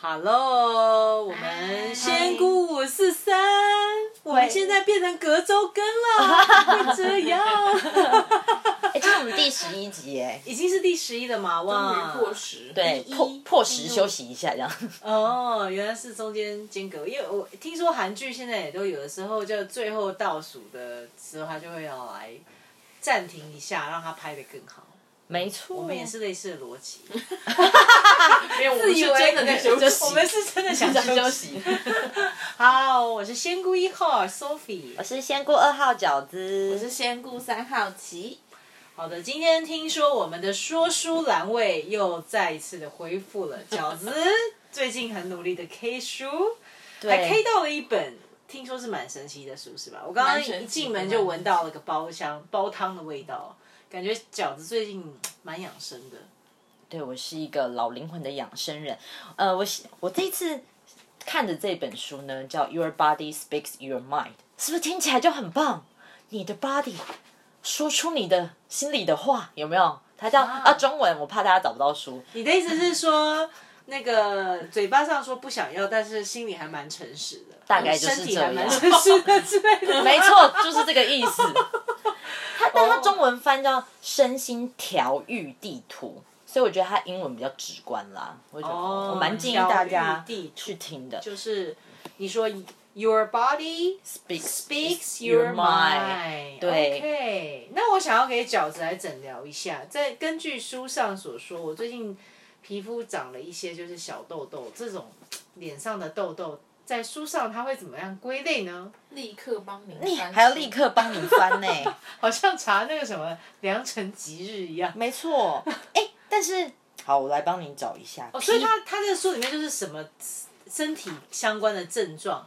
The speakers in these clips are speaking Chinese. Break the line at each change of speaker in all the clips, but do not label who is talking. Hello，我们仙姑五四三，我们现在变成隔周更 了，会这样，
哎、这是我们第十一集哎，
已经是第十一了嘛？哇，
终于破十，
对，
第一
破破十休息一下这样。
哦，原来是中间间隔，因为我听说韩剧现在也都有的时候，就最后倒数的时候，他就会要来暂停一下，让他拍的更好。
没错，
我们 也是类似的逻辑，
哦 没有，我们是真的在休息，
我们是真的想
在
休
休
息。
息。
好，我是仙姑一号 Sophie，
我是仙姑二号饺子，
嗯我是仙姑三号棋，
好的，今天听说我们的说书栏位又再一次的恢复了，饺 子最近很努力的 K 书，还 K
对，
到了一本。听说是蛮神奇的书是吧？我刚刚
蛮神奇的
一进门就闻到了个包香煲汤的味道，感觉饺子最近嗯蛮养生的。
对我是一个老灵魂的养生人。呃，我是我这一次看的这本书呢，叫《Your Body Speaks Your Mind》，是不是听起来就很棒？你的 body 说出你的心里的话，有没有？它叫
哇
啊，中文我怕大家找不到书。
你的意思是说，那个嘴巴上说不想要，但是心里还蛮诚实的，
大概就是
身体还蛮
这
诚
样
实的之类的。
没错，就是这个意思。它但它中文翻叫身心调御地图，所以我觉得它英文比较直观啦。我觉得、
哦
我蛮建议大家
调御地图
去听的。
就是 你说 your body
Speak
speaks your mind，
对
OK，那我想要给饺子来诊疗一下，在根据书上所说，我最近皮肤长了一些就是小痘痘，这种脸上的痘痘，在书上它会怎么样归类呢？
立刻帮你，
你嗯还要立刻帮你翻呢、
好像查那个什么良辰吉日一样。
没错。哎、但是好，我来帮你找一下。
哦，所以他他这个书里面就是什么身体相关的症状，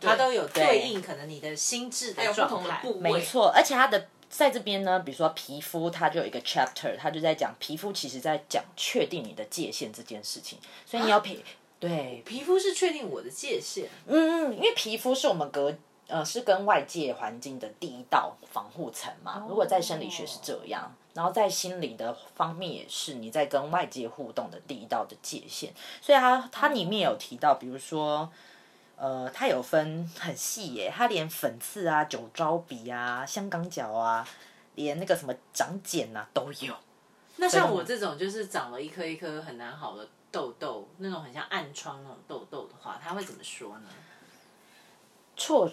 他都有对应，可能你的心智
还有
的
不
状
同的
态。
部位，
没错，而且它的在这边呢，比如说皮肤，它就有一个 chapter，它就在讲皮肤，其实在讲确定你的界限这件事情，所以你
啊
要皮、对
皮肤是确定我的界限，
嗯，因为皮肤是我们隔呃是跟外界环境的第一道防护层嘛。如果在生理学是这样，然后在心理的方面也是你在跟外界互动的第一道的界限。所以它它里面有提到，比如说。呃，它有分很细耶，它连粉刺啊、酒糟鼻啊、香港脚啊，连那个什么长茧啊都有。
那像
对
我这种就是长了一颗一颗很难好的痘痘，那种很像暗疮那种痘痘的话，他会怎么说呢？
痤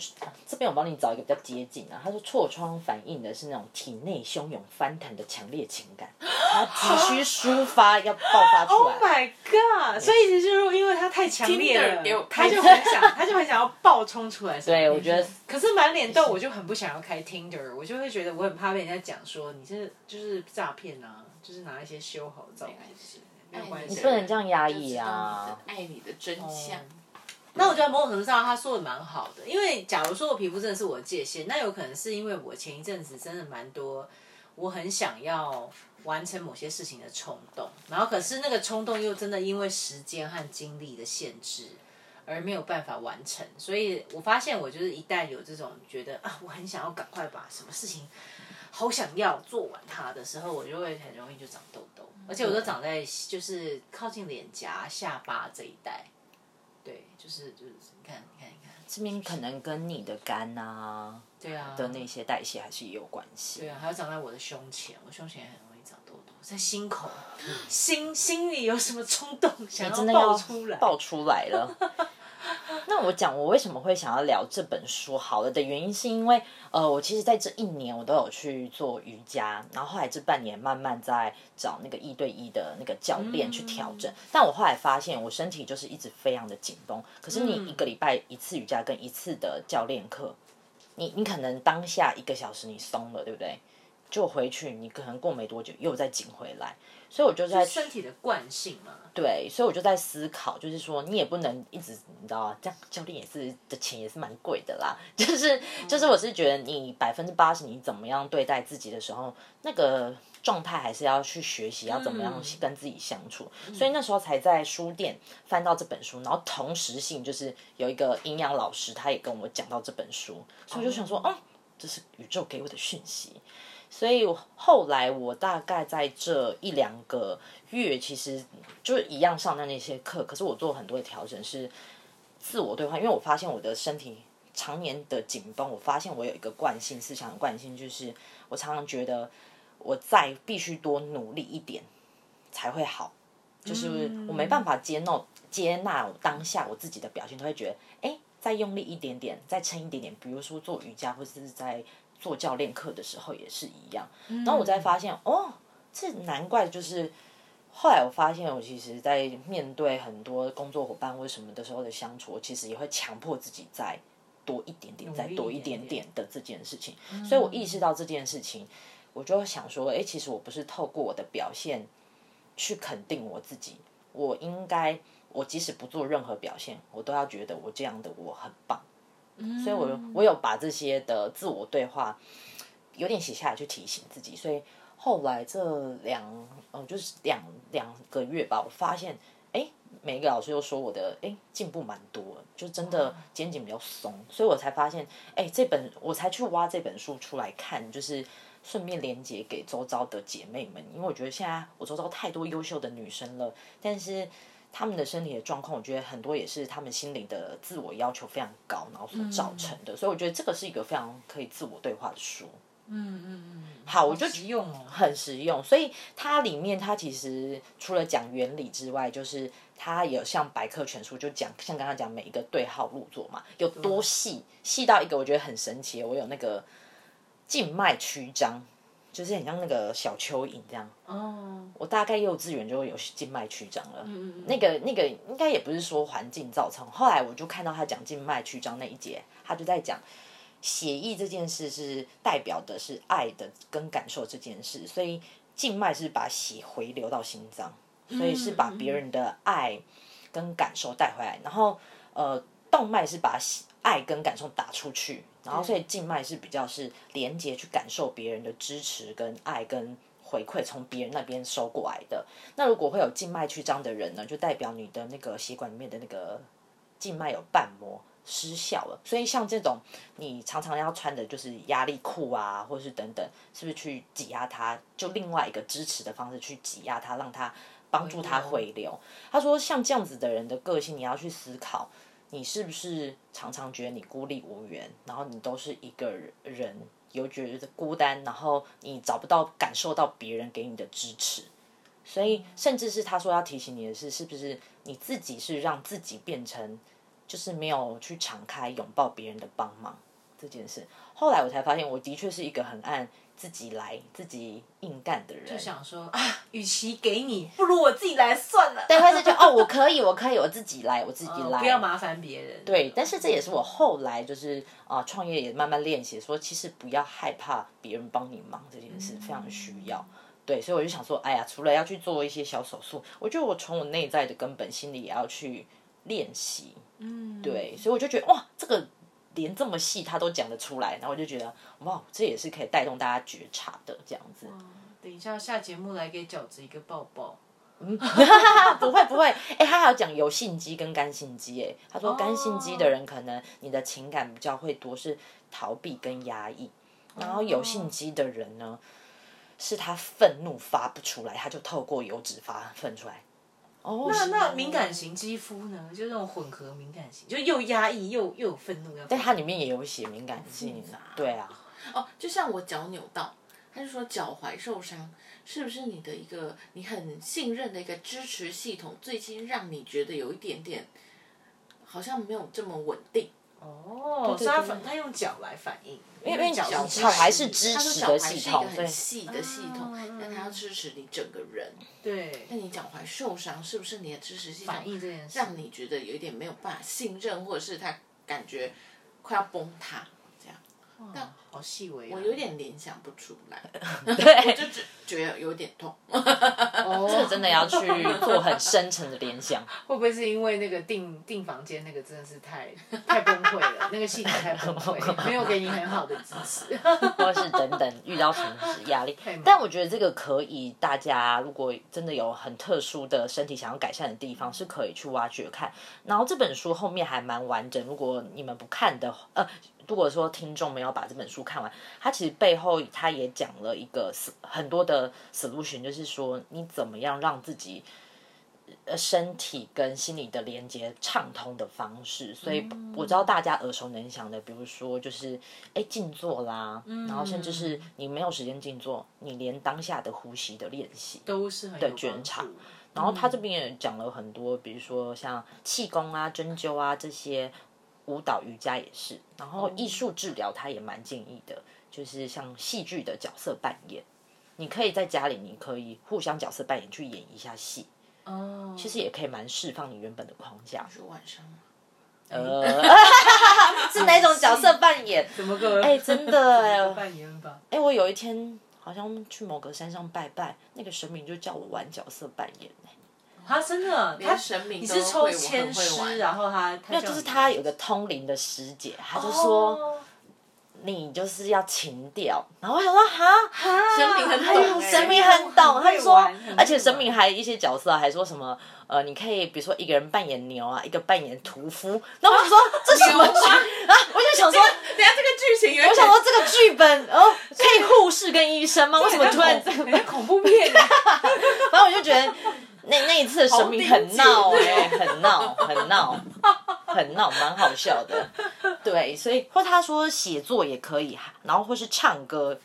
这边我帮你找一个比较接近啊，他说痤疮反映的是那种体内汹涌翻腾的强烈情感，它急需抒发，要爆发 出
Oh
来。
my god！所以就是因为它太强烈了
Tinder 给我，
他就很想，他就很想要爆冲出来。
对，我觉得
可是满脸痘，我就很不想要开 Tinder，我就会觉得我很怕被人家讲说你这就是诈骗啊，就是拿一些修好的照片。没有关
你
哎你
系
不能这样压抑
呀
啊，！
爱你的真相，
哦
那我觉得某种程度上他说的蛮好的，因为假如说我皮肤真的是我的界限，那有可能是因为我前一阵子真的蛮多，我很想要完成某些事情的冲动，然后可是那个冲动又真的因为时间和精力的限制。而没有办法完成，所以我发现我就是一旦有这种觉得啊，我很想要赶快把什么事情好想要做完它的时候，我就会很容易就长痘痘，而且我都长在就是靠近脸颊、下巴这一带。对，就是就是，你看，你看，你看，
这边可能跟你的肝啊
对啊，
的那些代谢还是有关系
对。啊，还有长在我的胸前，我胸前也很容易长痘痘，在心 口，心心里有什么冲动想
你真的要
爆出来？
爆出来了。 那我讲我为什么会想要聊这本书好了的原因，是因为呃，我其实在这一年我都有去做瑜伽，然后后来这半年慢慢在找那个一对一的那个教练去调
嗯
整。但我后来发现我身体就是一直非常的紧绷，可是你一个礼拜一次瑜伽跟一次的教练课，你你可能当下一个小时你松了，对不对？就回去，你可能过没多久又再紧回来，所以我就在
就是身体的惯性嘛，
对，所以我就在思考，就是说你也不能一直，你知道啊，这样教练也是的钱也是蛮贵的啦。 就是就是，我是觉得你百分之八十你怎么样对待自己的时候，那个状态还是要去学习，要怎么样
嗯
跟自己相处。所以那时候才在书店翻到这本书，然后同时性就是有一个营养老师，他也跟我讲到这本书，所以我就想说，哦、这是宇宙给我的讯息。所以后来我大概在这一两个月，其实就是一样上的那些课，可是我做很多的调整是自我对话，因为我发现我的身体常年的紧绷，我发现我有一个惯性，思想的惯性，就是我常常觉得我再必须多努力一点才会好，就是我没办法接纳接纳我当下我自己的表现，都会觉得哎、诶再用力一点点，再撑一点点。比如说做瑜伽或是在做教练课的时候也是一样。然后我才发现哦，这难怪就是。后来我发现，我其实，在面对很多工作伙伴或什么的时候的相处，我其实也会强迫自己再多一点嗯点，再
力
多
一
一
点
点点的这件事情。所以我意识到这件事情，我就想说，诶，其实我不是透过我的表现去肯定我自己，我应该，我即使不做任何表现，我都要觉得我这样的我很棒。所以我我有把这些的自我对话有点写下来去提醒自己，所以后来这两嗯就是两两个月吧，我发现哎、诶每一个老师又说我的哎进、步蛮多的，就真的肩颈比较松，所以我才发现哎、诶这本我才去挖这本书出来看，就是。顺便连接给周遭的姐妹们，因为我觉得现在我周遭太多优秀的女生了，但是他们的身体的状况，我觉得很多也是他们心里的自我要求非常高，然后所造成的。所以我觉得这个是一个非常可以自我对话的书，
嗯嗯嗯，
好我就
实用哦，
很实用。所以它里面它其实除了讲原理之外，就是它有像百科全书就讲，像刚刚讲每一个对号入座嘛，有多细，细到一个我觉得很神奇。我有那个静脉曲张，就是很像那个小蚯蚓这样。
哦，
我大概幼稚园就有静脉曲张了。
嗯嗯嗯
那个那个应该也不是说环境造成，后来我就看到他讲静脉曲张那一节，他就在讲血液这件事是代表的是爱的跟感受这件事，所以静脉是把血回流到心脏，所以是把
嗯
别人的爱跟感受带回来，然后呃动脉是把喜爱跟感受打出去，然后所以静脉是比较是连接去感受别人的支持跟爱跟回馈，从别人那边收过来的。那如果会有静脉曲张的人呢，就代表你的那个血管里面的那个静脉有瓣膜失效了。所以像这种你常常要穿的就是压力裤啊，或是等等，是不是去挤压它？就另外一个支持的方式去挤压它，让它帮助
哦
它回流。他说，像这样子的人的个性，你要去思考。你是不是常常觉得你孤立无援，然后你都是一个人，有觉得孤单，然后你找不到感受到别人给你的支持，所以甚至是他说要提醒你的是，是不是你自己是让自己变成就是没有去敞开拥抱别人的帮忙这件事。后来我才发现，我的确是一个很按自己来、自己硬干的人
就。想说啊，与其给你，不如我自己来算了，
但开始就哦，我可以，我可以，我自己来，我自己
哦
来，
不要麻烦别人。
对，但是这也是我后来就是啊，呃创、业也慢慢练习，说其实不要害怕别人帮你忙这件事，非常需要。
嗯
对，所以我就想说，哎呀，除了要去做一些小手术，我觉得我从我内在的根本心理也要去练习。嗯，对，所以我就觉得哇，这个连这么细他都讲得出来，然后我就觉得哇，这也是可以带动大家觉察的这样子。
等一下下节目来给饺子一个抱抱。
不 会不会，哎、他还有讲油性肌跟干性肌，哎，他说干性肌的人可能你的情感比较会多是逃避跟压抑，然后油性肌的人呢，是他愤怒发不出来，他就透过油脂发愤出来。
嗯
哦，
那
是
那
哦
敏感型肌肤呢？就那种混合敏感型，就又压抑又又有愤怒，要
但它里面也有写敏感性
复杂，
对啊，
哦，就像我脚扭到，他就说脚踝受伤，是不是你的一个你很信任的一个支持系统，最近让你觉得有一点点，好像没有这么稳定。
哦，所以他反他用脚来反应，因
因为
脚
脚
是
脚还是支
他说
持
脚
的
踝是
系
一个很细的
统，所以
系统
嗯嗯，
但它要支持你整个人。
对
那你脚踝受伤，是不是你的支持系统
反应这件事。
让你觉得有一点没有办法信任，或者是他感觉快要崩塌这样？
哇好细微、啊，
我有点联想不出来，
对，
就只觉得有点痛。
哦，
这个真的要去做很深层的联想。
会不会是因为那个订订房间那个真的是太太崩溃了，那个系统太崩溃，没有给你很好的支 持。
或是等等遇到什么压力
太忙。
但我觉得这个可以，大家如果真的有很特殊的身体想要改善的地方，是可以去挖掘看。然后这本书后面还蛮完整，如果你们不看的，呃，如果说听众没有把这本书看完，它其实背后它也讲了一个 s- 很多的 solution，就是说你怎么样让自己。呃，身体跟心理的连接畅通的方式，所以我知道大家耳熟能详的，比如说就是哎静坐啦，然后甚至是你没有时间静坐，你连当下的呼吸的练习，
都是很有
觉
帮
察
助
然后他这边也讲了很多，比如说像气功啊、针灸啊这些，舞蹈、瑜伽也是。然后
嗯
艺术治疗他也蛮建议的，就是像戏剧的角色扮演，你可以在家里，你可以互相角色扮演去演一下戏，
哦，
其实也可以蛮释放你原本的框
啊
架。
是晚上吗？
呃，是哪种角色扮演？
怎么个
哎真的哎
怎么个扮演吧，
哎，我有一天好像去某个山上拜拜，那个神明就叫我玩角色扮演、
他真的他
连神明
你
都
是抽
会玩
签
很会
师，
玩
然后他没
那就是他有个通灵的师姐，她
哦
就说。你就是要情调，然后我想说哈，哎
神明很懂、欸，
神明很懂，他就说
哎很会玩，
而且神明还一些角色还说什么呃，你可以比如说一个人扮演牛啊，一个扮演屠夫，然后我就说这什么剧啊？我就想说，我
等一下这个剧情有点
想说这个剧本哦，可以护士跟医生吗？为什么突然这？
很像恐怖片？啊
反正我就觉得那那一次的神明很闹哎、很闹，很闹，很闹，蛮好笑的。对，所以或他说写作也可以，然后或是唱歌，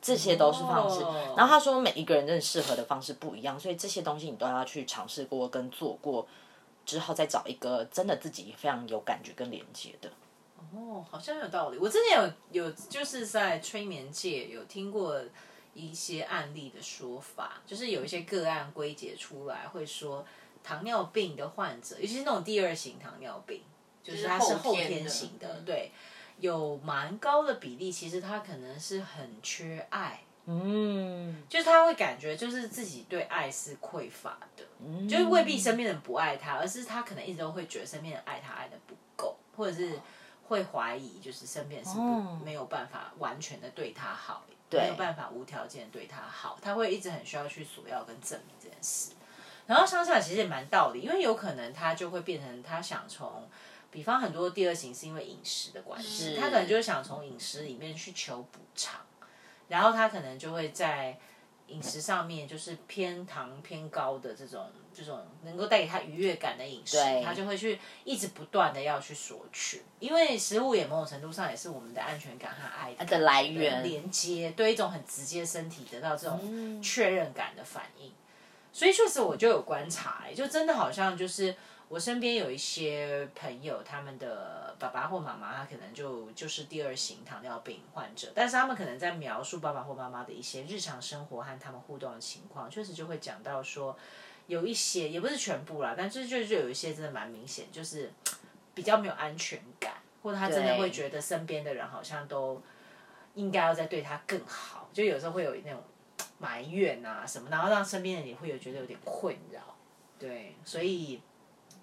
这些都是方式。
哦
然后他说每一个人真的适合的方式不一样，所以这些东西你都要去尝试过跟做过。之后再找一个真的自己非常有感觉跟连接的，
哦，好像有道理。我之前有有就是在催眠界有听过一些案例的说法，就是有一些个案归结出来会说，糖尿病的患者，尤其是那种第二型糖尿病，就是它是后天型的，
就是后天的嗯
对，有蛮高的比例，其实他可能是很缺爱。
嗯，
就是他会感觉就是自己对爱是匮乏的，就是未必身边人不爱他，而是他可能一直都会觉得身边人爱他爱的不够，或者是会怀疑就是身边人是不、
哦
没有办法完全的对他好，没有办法无条件的对他好，他会一直很需要去索要跟证明这件事。然后想想其实也蛮道理，因为有可能他就会变成他想从。比方很多第二型是因为饮食的关系，
是
他可能就是想从饮食里面去求补偿，然后他可能就会在饮食上面就是偏糖偏高的这种这种能够带给他愉悦感的饮食
对，
他就会去一直不断的要去索取，因为食物也某种程度上也是我们的安全感和爱
的来源
连接，对一种很直接身体得到这种确认感的反应。所以确实我就有观察、欸，就真的好像就是我身边有一些朋友，他们的爸爸或妈妈，他可能就就是第二型糖尿病患者，但是他们可能在描述爸爸或妈妈的一些日常生活和他们互动的情况，确实就会讲到说，有一些也不是全部啦，但是就就有一些真的蛮明显，就是比较没有安全感，或者他真的
对
会觉得身边的人好像都应该要再对他更好，就有时候会有那种埋怨啊什么，然后让身边人也会有觉得有点困扰。对，所以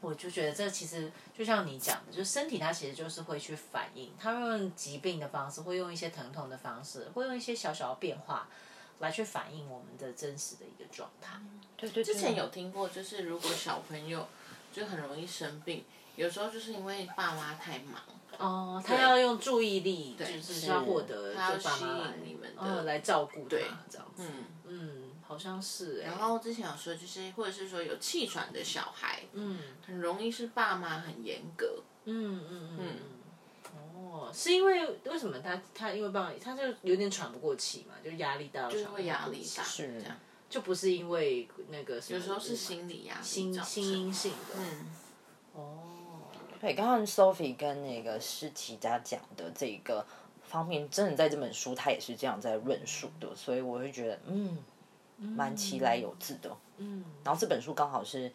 我就觉得这其实就像你讲的，就身体它其实就是会去反应，它会用疾病的方式，会用一些疼痛的方式，会用一些小小的变化来去反映我们的真实的一个状态。
对对对，
之前有听过，就是如果小朋友就很容易生病，有时候就是因为爸妈太忙，
哦，他要用注意力，就是是要获得
他要
呃就爸
吸
妈来
引你们
呃
的。
来照顾对这样子。
嗯，
嗯，好像是哎、
然后之前有说，就是或者是说有气喘的小孩，
嗯
很容易是爸妈很严格，
嗯嗯嗯嗯。哦，是因为为什么他他因为爸妈他就有点喘不过气嘛，就压力大，
就是会压力大，
是
这样。
就不是因为那个有
有时候是心理压力
心
造成
心因性的。
嗯，
哦，
对，刚刚 Sophie 跟那个诗琪家讲的这一个方面，真的在这本书他也是这样在论述的，所以我会觉得，嗯，蛮其来有致的。
嗯，
然后这本书刚好是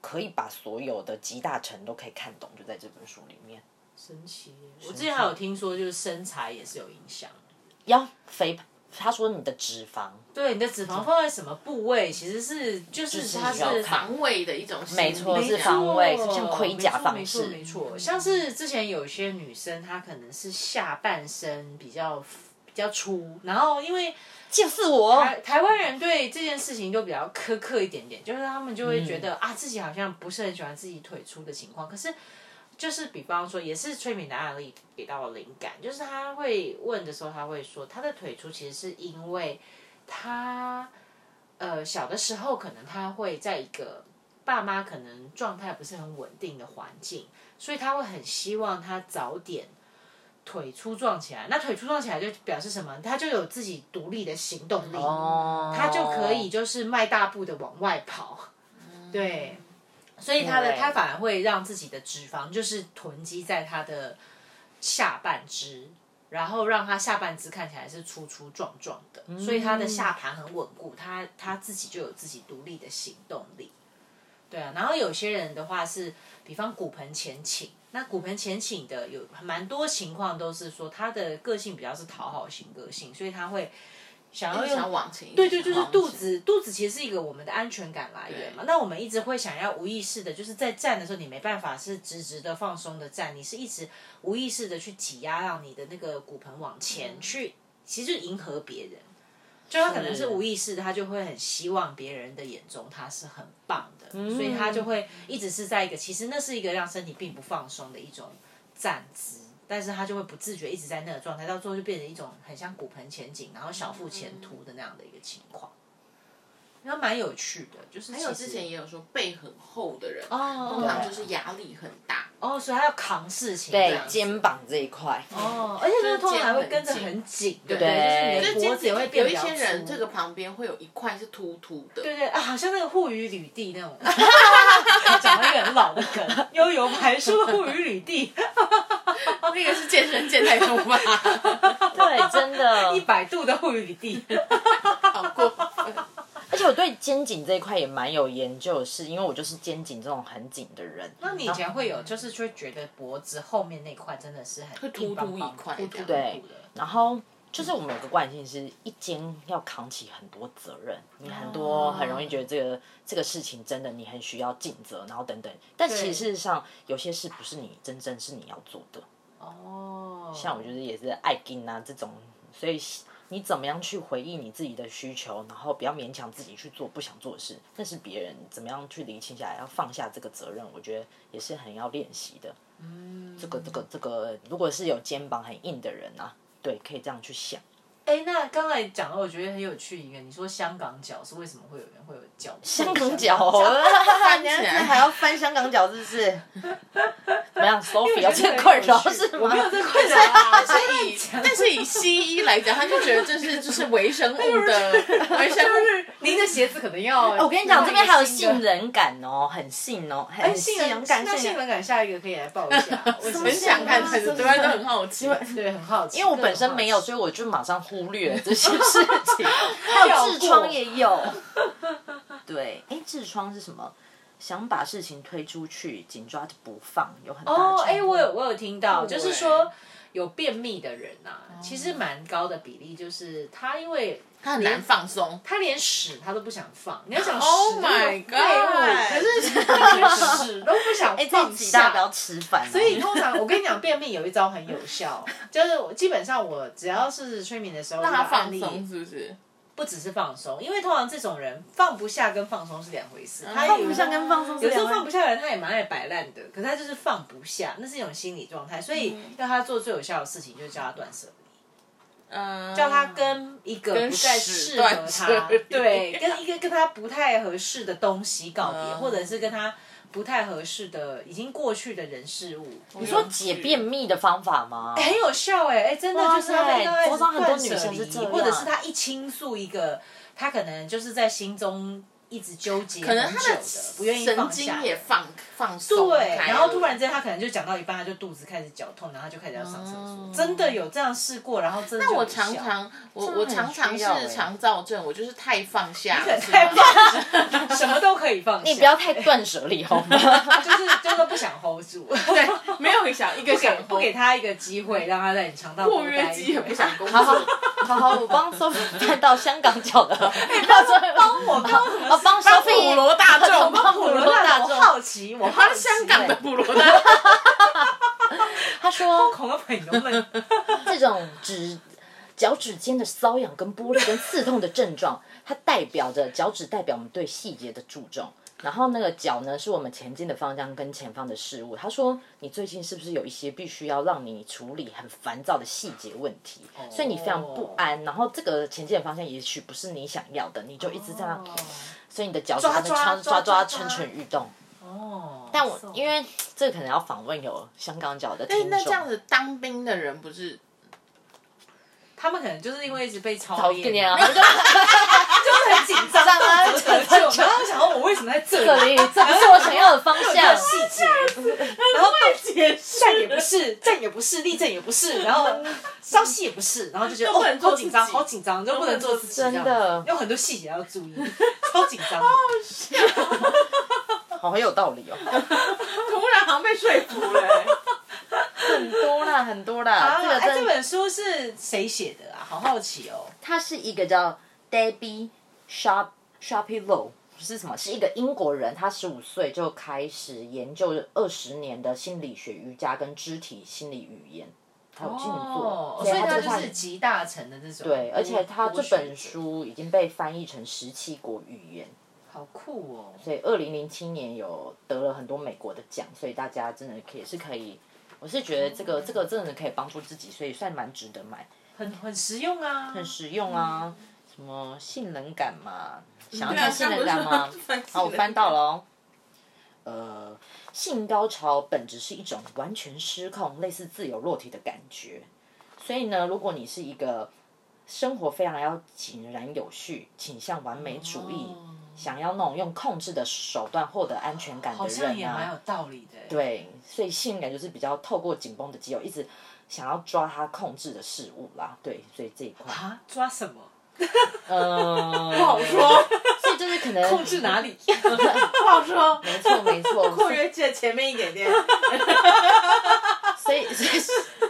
可以把所有的集大成都可以看懂，就在这本书里面。
神奇耶。我之前还有听说，就是身材也是有影响。
要肥，他说你的脂肪，
对，你的脂肪放在什么部位，其实是就是
是
它
要
是
看
防卫的一种心理，
没错是
没
防卫
错
是像盔甲方式
没错，没错没错。像是之前有些女生，她可能是下半身比较比较粗，然后因为
就是我。
台台湾人对这件事情就比较苛刻一点点，就是他们就会觉得、啊，自己好像不是很喜欢自己腿粗的情况，可是。就是比方说，也是催眠的案例给到我灵感，就是他会问的时候，他会说他的腿粗其实是因为他呃小的时候可能他会在一个爸妈可能状态不是很稳定的环境，所以他会很希望他早点。腿粗壮起来，那腿粗壮起来就表示什么？他就有自己独立的行动力，
哦，
他就可以就是迈大步的往外跑， 对，所以他的
对
他反而会让自己的脂肪就是囤积在他的下半肢，然后让他下半肢看起来是粗粗壮壮的，所以他的下盘很稳固，他他自己就有自己独立的行动力。对啊，然后有些人的话是，比方骨盆前倾，那骨盆前倾的有蛮多情况都是说他的个性比较是讨好型个性，所以他会想要
哎想要
用
往前，
对对，就是肚
往前，
子，肚子其实是一个我们的安全感来源嘛。那我们一直会想要无意识的，就是在站的时候，你没办法是直直的、放松的站，你是一直无意识的去挤压，让你的那个骨盆往前去，其实就迎合别人。就他可能是
是
无意识的，他就会很希望别人的眼中他是很棒的，所以他就会一直是在一个其实那是一个让身体并不放松的一种站姿，但是他就会不自觉一直在那个状态，到最后就变成一种很像骨盆前倾，然后小腹前凸的那样的一个情况，然后蛮有趣的，就是
还有
其
之
实
前也有说背很厚的人，
哦
通常
对
就是压力很大，
哦，所以他要扛事情，这
对
样子
肩膀这一块，
哦，而且那个通常还会跟着很紧，对不对？就是
对
你的脖子也会变
有
比
一
较
些人
粗
这个旁边会有一块是突突的，
对对啊，好像那个沪语履地那种， 讲了一个很老的梗，悠游牌树沪语履地，
那个是健身健太多吧？
对，真 的
一。百度的沪语履地。
好过分，
而且我对肩颈这一块也蛮有研究，是因为我就是肩颈这种很紧的人。
那你以前会有，就是就会觉得脖子后面那块真的是很
会突
硬邦
突一
邦
块
突突
这
样
突突的
然后就是我们有个惯性是，一肩要扛起很多责任，你很多很容易觉得这个这个事情真的你很需要尽责，然后等等。但其实事实上有些事不是你真正是你要做的，
哦，
像我就是也是爱跟啊这种，所以你怎么样去回应你自己的需求，然后不要勉强自己去做不想做的事，但是别人怎么样去理清下来，要放下这个责任，我觉得也是很要练习的。嗯，这个这个这个，如果是有肩膀很硬的人啊，对，可以这样去想。
哎，那刚才讲到我觉得很有趣一个，你说香港脚是为什么会有人会有脚？啊
香港脚，
翻
翻
起来
还要翻香港脚，是不是？怎么样，Sophie 有这个困扰是
我
吗
没？有 这困扰啊
但是以但是以西医来讲，他就觉得这是就是微生物 的微生物。
您的鞋子可能要，
我跟你讲，这边还有杏
人。
仁感哦，很杏哦，
哎，
很
性能感，那性能感下一个可以来报一下， 我
很想看，
很
很多人都很好奇。
对，很好奇。
因为我本身没有，所以我就马上忽略了这些事 情。还有痔疮也有，对，哎，痔疮是什么？想把事情推出去，紧抓着不放，有很大的
哦，
冲
哎、
突
我有我有听到，
对
就是说有便秘的人啊，其实蛮高的比例，就是他因为
他很难放松。
他连屎他都不想放，你要想屎
Oh
那个
my
废物
God
可是他连屎都不想
哎，
放
这几大
下
不。要吃饭哦，
所以通常我跟你讲，便秘有一招很有效，就是我基本上我只要是催眠的时候，
让
这
他
个案
放
例
松是不是？
不只是放松，因为通常这种人放不下跟放松是两回
嗯
事，他
放
有
不下跟放松是
有时候
两回
放不下的人，他也蛮爱摆烂的，可是他就是放不下，那是一种心理状态。所以
嗯
要他做最有效的事情，就是叫他断舍离，
嗯，
叫他跟一个不再
屎
适合
断舍
他
离，
对，跟一个跟他不太合适的东西告别，
嗯
或者是跟他不太合适的已经过去的人事物。你
哦
你说解便秘的方法吗？
很有效哎、哎、真的
哇
就是他
塞
们刚开始
桌上很多
断舍
女生是
离
这样
或者是他一倾诉一个，他可能就是在心中一直纠结
可能
很
他
久
的
的，不愿意
神
放下
经。也放放松
对，
开
然后
了
突然之间他可能就讲到一半，他就肚子开始绞痛，然后他就开始要上厕所。真的有这样试过，然后真的
那
就
我
有效
常常，我
真的
我
很
常常
需要欸
是肠燥症，我就是太放下
对
了，是
太
吗？
放下，什么都可以放下，
你不要太断舍离好吗？
就是真的不想 hold 住，
对，没有想一个
不给
想
不给他一个机会，让他在你肠道
括
多
约
待一
肌也
会
不想工
好好
作。
好好，我帮 Sophie 带到香港脚的，帮
我刚刚为什么
我帮 Sophie
普罗大众
帮普
普罗
罗大
大，我
众。
好奇，我好
他
奇欸
是香港的普罗大众，
他说
恐龙朋友 们，
这种指脚趾间的瘙痒、跟玻璃、跟刺痛的症状，它代表着脚趾代表我们对细节的注重。然后那个脚呢，是我们前进的方向跟前方的事物。他说，你最近是不是有一些必须要让你处理很烦躁的细节问题？所以你非常不安，然后这个前进的方向也许不是你想要的，你就一直这
哦
样，所以你的脚在那边
抓抓
哦抓抓
抓抓
抓，蠢蠢欲动。
哦，
但我因
为
为这个可能要访问有香港脚的
哎
听，
那这样
众，
子当兵的人不是
他们可能就是因为一直被操
好
练，
可怜啊，
然后
我就
就很紧张，啊 怎么得救？然后想说我为什么在这
这
里？啊
里，这不是我想要的方向。
细节，然后动解站也不是，站也不是，立正也不是，然后稍息也不是，然后就觉得
都不能
哦，
做
好紧张，
自己
好紧张，就不能做自己，
真的
这样有很多细节要注意， 超紧张的。
好有道理哦，
突然好像被说服了、
很多啦，很多啦。
啊，
这个
哎，这
真的，
本书是谁写的啊？好好奇哦。
它是一个叫 Debbie Sharp Sharpie Low 是什么？是一个英国人，他十五岁就开始研究二十年的心理学、瑜伽跟肢体心理语言，他有进做，
哦所以
对
他
这
就是集大成的这种。
对，而且他这
国学
本
者
书已经被翻译成十七国语言。
好酷哦。
所以二零零七年有得了很多美国的奖，所以大家真的可以是可以，我是觉得这个这个真的可以帮助自己，所以算蛮值得买，
很很实用啊，
很实用啊。什么性能感嘛，想要
对啊
看性能感
刚
吗
不 是说翻？
好，我
性能
翻
感
到了哦。呃，性高潮本质是一种完全失控，类似自由落体的感觉。所以呢，如果你是一个生活非常要井然有序、倾向完美主义、
哦
想要那种用控制的手段获得安全感的
哦好像
人
也蛮有
啊，
道理的。，
对，所以性感就是比较透过紧绷的肌肉，一直想要抓他控制的事物啦。对，所以这一块，
啊，抓什么？
嗯，
不好，说，
所以就是可能
控制 哪里？
不好说。
没错没错，
括约肌的前面一点点，
所以 所以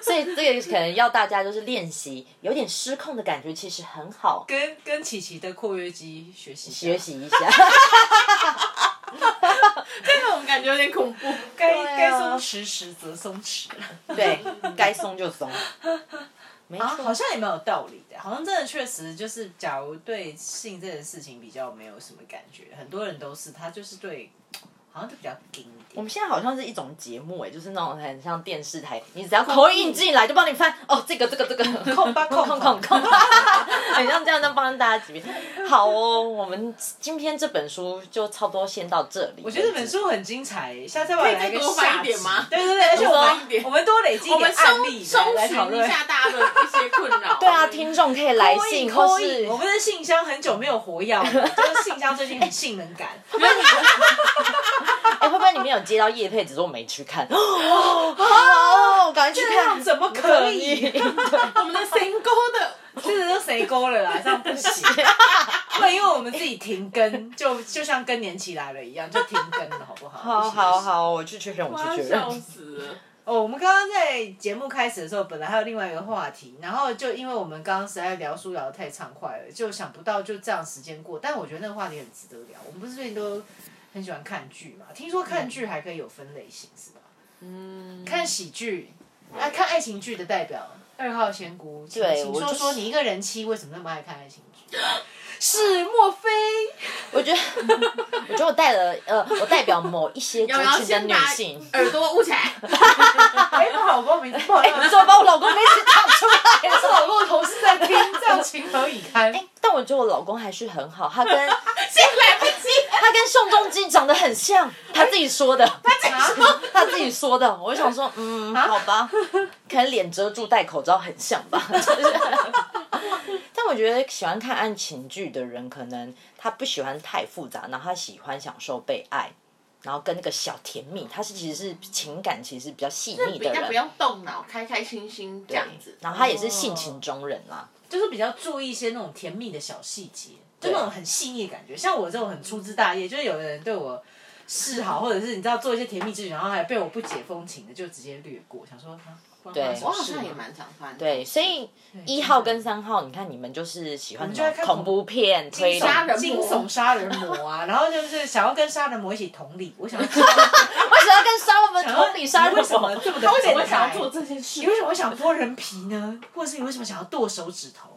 所以这个可能要大家就是练习，有点失控的感觉其实很好，
跟跟琪琪的括约肌学习一下
学，习一下。
这个我们感觉有点恐怖。
该
对啊
该松弛时则松弛
对，该松就松。没
啊，
错，
好像也蛮有道理的。好像真的确实就是，假如对性这件事情比较没有什么感觉，很多人都是他就是对，好像就比较硬一
我
点。
们现在好像是一种节目哎，就是那种很像电视台，你只要口音进来就帮你翻哦，这个这个这个，
控吧控
控控
控
控， 很像这样在帮大家几遍。好哦，我们今天这本书就差不多先到这里。
我觉得这本书很精彩，下次我来一个
可以再多翻
下
一点
集
吗
对对对，而且我
多翻一
们
点
我们多累积一
我们
点
搜
案例来
搜
来讨
寻一
论。
下大家的一些困 扰。
对啊，听众可以来信或是
我们的信箱很久没有活跃了，就是信箱最近很性能感，会不会
哎、会不会你们有接到叶配，只是我没去看？哦，赶快去
这
看
样，怎么啊可以？
对
我们的 single 的，
这个都谁勾了啦，这样不行。对，因为我们自己停更，就就像更年期来了一样，就停更了，好不好？
好好。好，我去确认，我
哇
去确
啊笑
认。
死了。
哦，我们刚刚在节目开始的时候，本来还有另外一个话题，然后就因为我们刚刚实在聊书聊得太畅快了，就想不到就这样时间过。但我觉得那个话题很值得聊。我们不是最近都很喜欢看剧嘛？听说看剧还可以有分类型，是吧？
嗯，
看喜剧，啊，看爱情剧的代表二号仙姑，请
对
请
我
说
就是
说你一个人妻为什么那么爱看爱情剧？ 是莫非？
我觉得， 我觉得我代了呃，我代表某一些族
瑶瑶
群的
先呃
女
把
性。
耳朵捂起 来，
哎，我老公名字哎不好意
你
思，哎
怎么把我老公名字讲出来
是
了？
老公的同事在听， 这样情何以堪
哎、？ 但我觉得我老公还是很好，他跟
先来不及。
他跟宋仲基长得很像，他自己说的，
啊
他自己说的。我想 说，嗯，好吧，可能脸遮住戴口罩很像 吧。就是但我觉得喜欢看爱情剧的人，可能他不喜欢太复杂，然后他喜欢享受被爱，然后跟那个小甜蜜，他是其实是情感其实比较细
比
腻的
较不
人，
用动脑，开开心心这样子。
然后他也是性情中人啦。
就是比较注意一些那种甜蜜的小细节，就
对
那种很细腻的感觉。像我这种很粗枝大叶，就是有的人对我示好，或者是你知道做一些甜蜜之举，然后还被我不解风情的，就直接略过，想说啊，关我什
嗯我
么
好
事
像也
嘛
蛮常翻。
对，所以一号跟三号，你看你们就是喜欢
们
什
就
么
爱看
恐怖 片、推理
惊
杀人魔
惊悚杀人魔啊， 然后就是想要跟杀人魔一起同理。我想要 知道
为什么要跟杀我们同理杀人
为什么
魔？
这么的
他为什么
变
会想
态
要做？这件事？
你为什么想剥人皮呢？或者是你为什么想要剁手指头？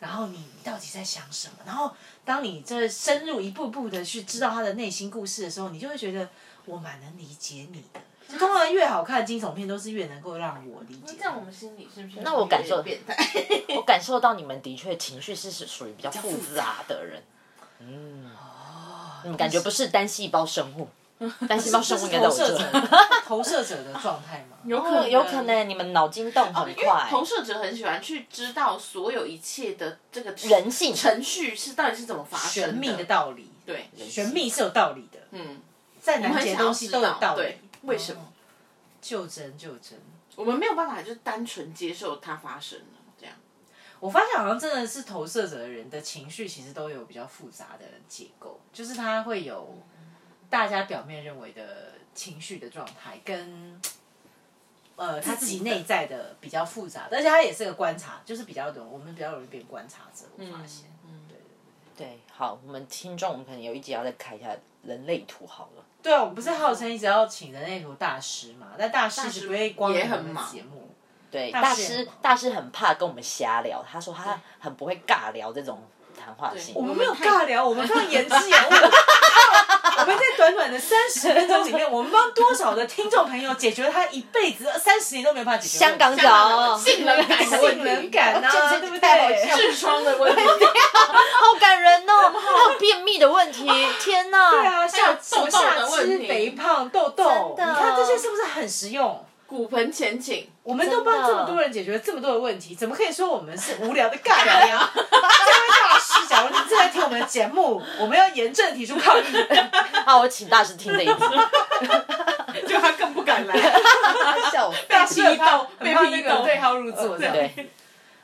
然后你你到底在想什么？然后当你这深入一步步的去知道他的内心故事的时候，你就会觉得我蛮能理解你的。就通常越好看的惊悚片，都是越能够让我理解。
这样我们心里是不是？
那我感受
变态。
我感受到你们的确情绪是是属于比较复
复哦
杂的人，嗯，你们感觉不是单细胞生 物，单细胞
这
生物
是
应该都
投
有
射
这，
者，投射者的状态吗？
有
可有可能你们脑筋动很
因为
快，
投射者很喜欢去知道所有一切的这个
人性
程序是到底是怎么发生
神秘的道理，
对，
神秘是有道理的，
嗯，
再
我们
难
很
解
想
的
要
东西
知
都有道
道，
理
对。，为什么
哦？就真就真，
我们没有办法就单纯接受它发生了这样？
我发现好像真的是投射者的人的情绪其实都有比较复杂的结构，就是他会有大家表面认为的情绪的状态跟。呃，他自己内在的比较复杂，而且他也是个观察，就是比较容我们比较容易变观察者。我发现，
嗯
对
对，好，我们听众我们可能有一集要再开一下人类图好了。
对啊，我们不是号称一直要请人类图大师嘛？但大师只不会光
也
临我
很
们的
忙
节目，
对，
大
大
师
师
很忙
大师很怕跟我们瞎聊，他说他很不会尬聊这种谈话性
我
对。
们没有
我们太
尬聊，我们非常言之有物。我们在短短的三十分钟里面，我们帮多少的听众朋友解决了他一辈子三十年都没有办法解决的
香港
问题
脚，
性冷感的问
性
题
冷感啊，
这
对不
太好笑
对？
痔疮的问题，
好感人哦！还有便秘 的问题，天哪！
对啊，
还有
下什么
痘痘
下
的问
肢
题
肥胖、痘痘，你
真的
看这些是不是很实用？
骨盆前倾，
我们
真
都帮
的
这么多人解决了这么多的问题，怎么可以说我们是无聊的尬聊呀？这位大师，假如您正在听我们的节目，我们要严正提出抗议。
好，我请大师听这一 集，,
就他更不敢来，
笑死。
大师很怕
批斗
很怕
被
那
批
个
斗
对号入座这样。
对，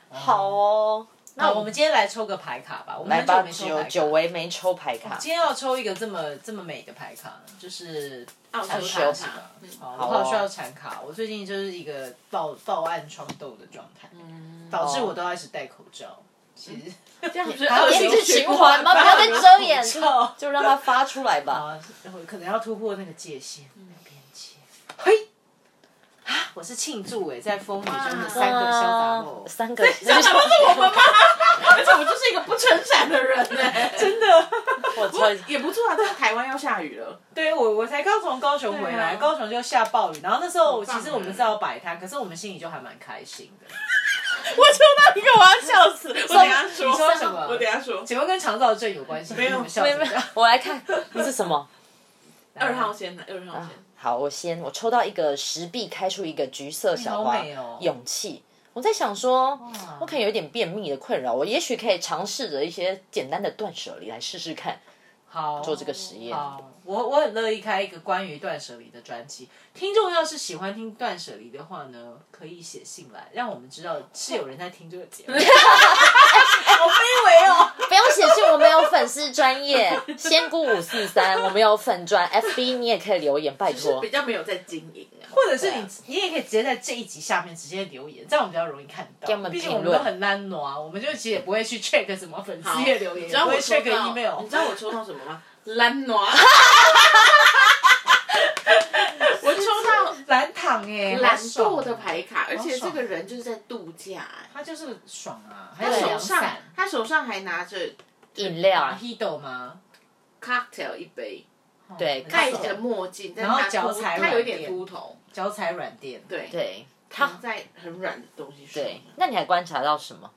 好哦。
那
那
我
我
们
们
今天来抽个牌卡吧，我们
来
很久
吧，
没抽
久
牌卡
久违没抽牌卡，
今天要抽一个这么这么美的牌卡，就是
澳洲
需要
塔
什
塔
么，
嗯
好，
好
我好需
哦
要产卡，我最近就是一个暴暴暗疮痘的状态，
嗯
导致我都要一直戴口罩。其实
嗯这样不是
还有
恶
言
连
性
续
之
循
循环吗？不要再遮掩
口罩，
就让它发出来吧。
啊，我可能要突破那个界限、
嗯
那个边界。嘿，啊，我是庆祝哎，在风雨中的三个潇洒
啊
我，
三 个，
我们吗？而且我就是一个不撑伞的人呢、
真的。
我错一
也不错啊。但是台湾要下雨了，
对我，我才刚从高雄回来，
对啊
高雄就下暴雨，然后那时候
很棒
啊
其实我们是要摆摊，可是我们心里就还蛮开心的。
我抽到一个，我要笑死。我等一下 说，
你说什么
我等一下说。
请问跟肠燥症有关系吗？
没有
你们笑什么
没有我来哎看这是什么。
二号先来，二号先。
好，我先我抽到一个石壁开出一个橘色
你
小花
好美哦，
勇气。我在想说，我可能有点便秘的困扰，我也许可以尝试着一些简单的断舍离来试试看，
好
做这个实验。
嗯好，我我很乐意开一个关于断舍离的专辑。听众要是喜欢听断舍离的话呢，可以写信来，让我们知道是有人在听这个 节目。 好卑微哦！
不用写信，我们有粉丝专业仙姑五四三，我们有粉专 FB，你也可以留言，拜
就是
托
比。较没有在经营啊，
或者是你，你也可以直接在这一集下面直接留言，这样我们比较容易看
给我
到。
们
毕竟我
评
们
论
都很懒惰啊，我们就其实也不会去 check 什么粉丝页留言，
你知
也
道
不
我
会
抽
check
到
email
你。知道 我抽到什么吗？蓝暖。 我抽到
懒躺哎，好
懒
爽
惰的牌卡，而且这
爽
个人就是在度假、哎
他就是爽啊，还
他
有
手
阳
上
伞。
他手上还拿着
饮料
打
啊，
Hido 吗？哦
cocktail 一杯，
对
很
戴
爽
着墨镜，但
然后
他
脚
秃
踩
他有
软
一点
垫
秃头，
脚踩软垫，
对，
对，
躺
他
在很软的东西上。
对，那你还观察到什么？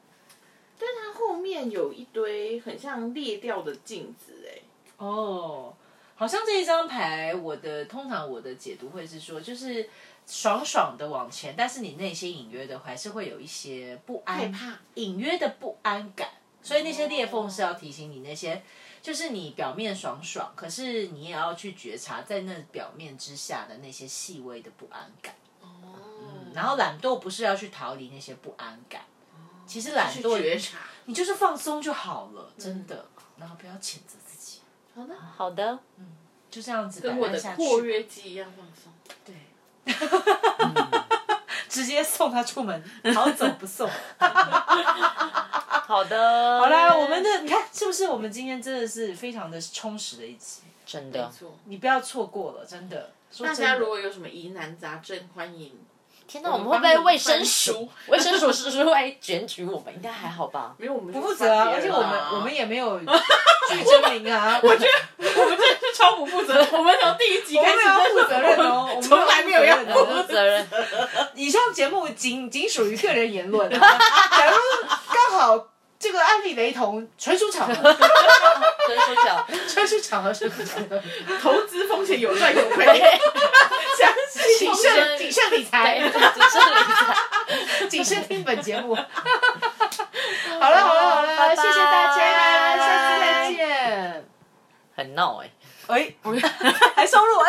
它后面有一堆很像裂掉的镜子，哎，
哦，好像这一张牌，我的通常我的解读会是说，就是爽爽的往前，但是你内心隐约的还是会有一些不安、
害怕，
隐约的不安感，所以那些裂缝是要提醒你那些。就是你表面爽爽，可是你也要去觉察在那表面之下的那些细微的不安感。
哦，
然后懒惰不是要去逃离那些不安感，其实懒
去
惰
觉察。
你就是放松就好了，
嗯
真的。然后不要谴责自己，
好的，
好的，
就这样子摆
跟我
烂
的
下去。
括约肌一样放松。
对， 直接送他出 门，好走不送。
好的，
好啦，我们的你看是不是？我们今天真的是非常的充实的一集，
真
没
的
错，
你不要错过了，真的。说
大
真的
家如果有什么疑难杂症，欢迎
天哪，
我
我们
们
会被
帮你
卫生
翻
署
书
卫生署是不是会检举我们？应该还好吧？
没有我们
不
就
负
翻
责啊，
别
而且
人
我们
啊
我们 也没有举证明啊， 我觉得
我们真的是超不负责，我们从第一集
我
开
们
始
没有要负责任哦，我们
从来没有要
负责任
负
哦
责任，
以上节目仅仅属于个人言论、 啊，假如刚好这个案例雷同，纯属巧 合，
所以说 讲，
纯属巧合，纯属巧合，
投资风险有赚有赔，
详细谨
慎
慎谨慎理
对，
财，
只是理财。
谨慎听本节目。 好了好了好了，
拜拜
谢谢大家，
拜拜
下次再见。
很闹哎、
哎，还收入。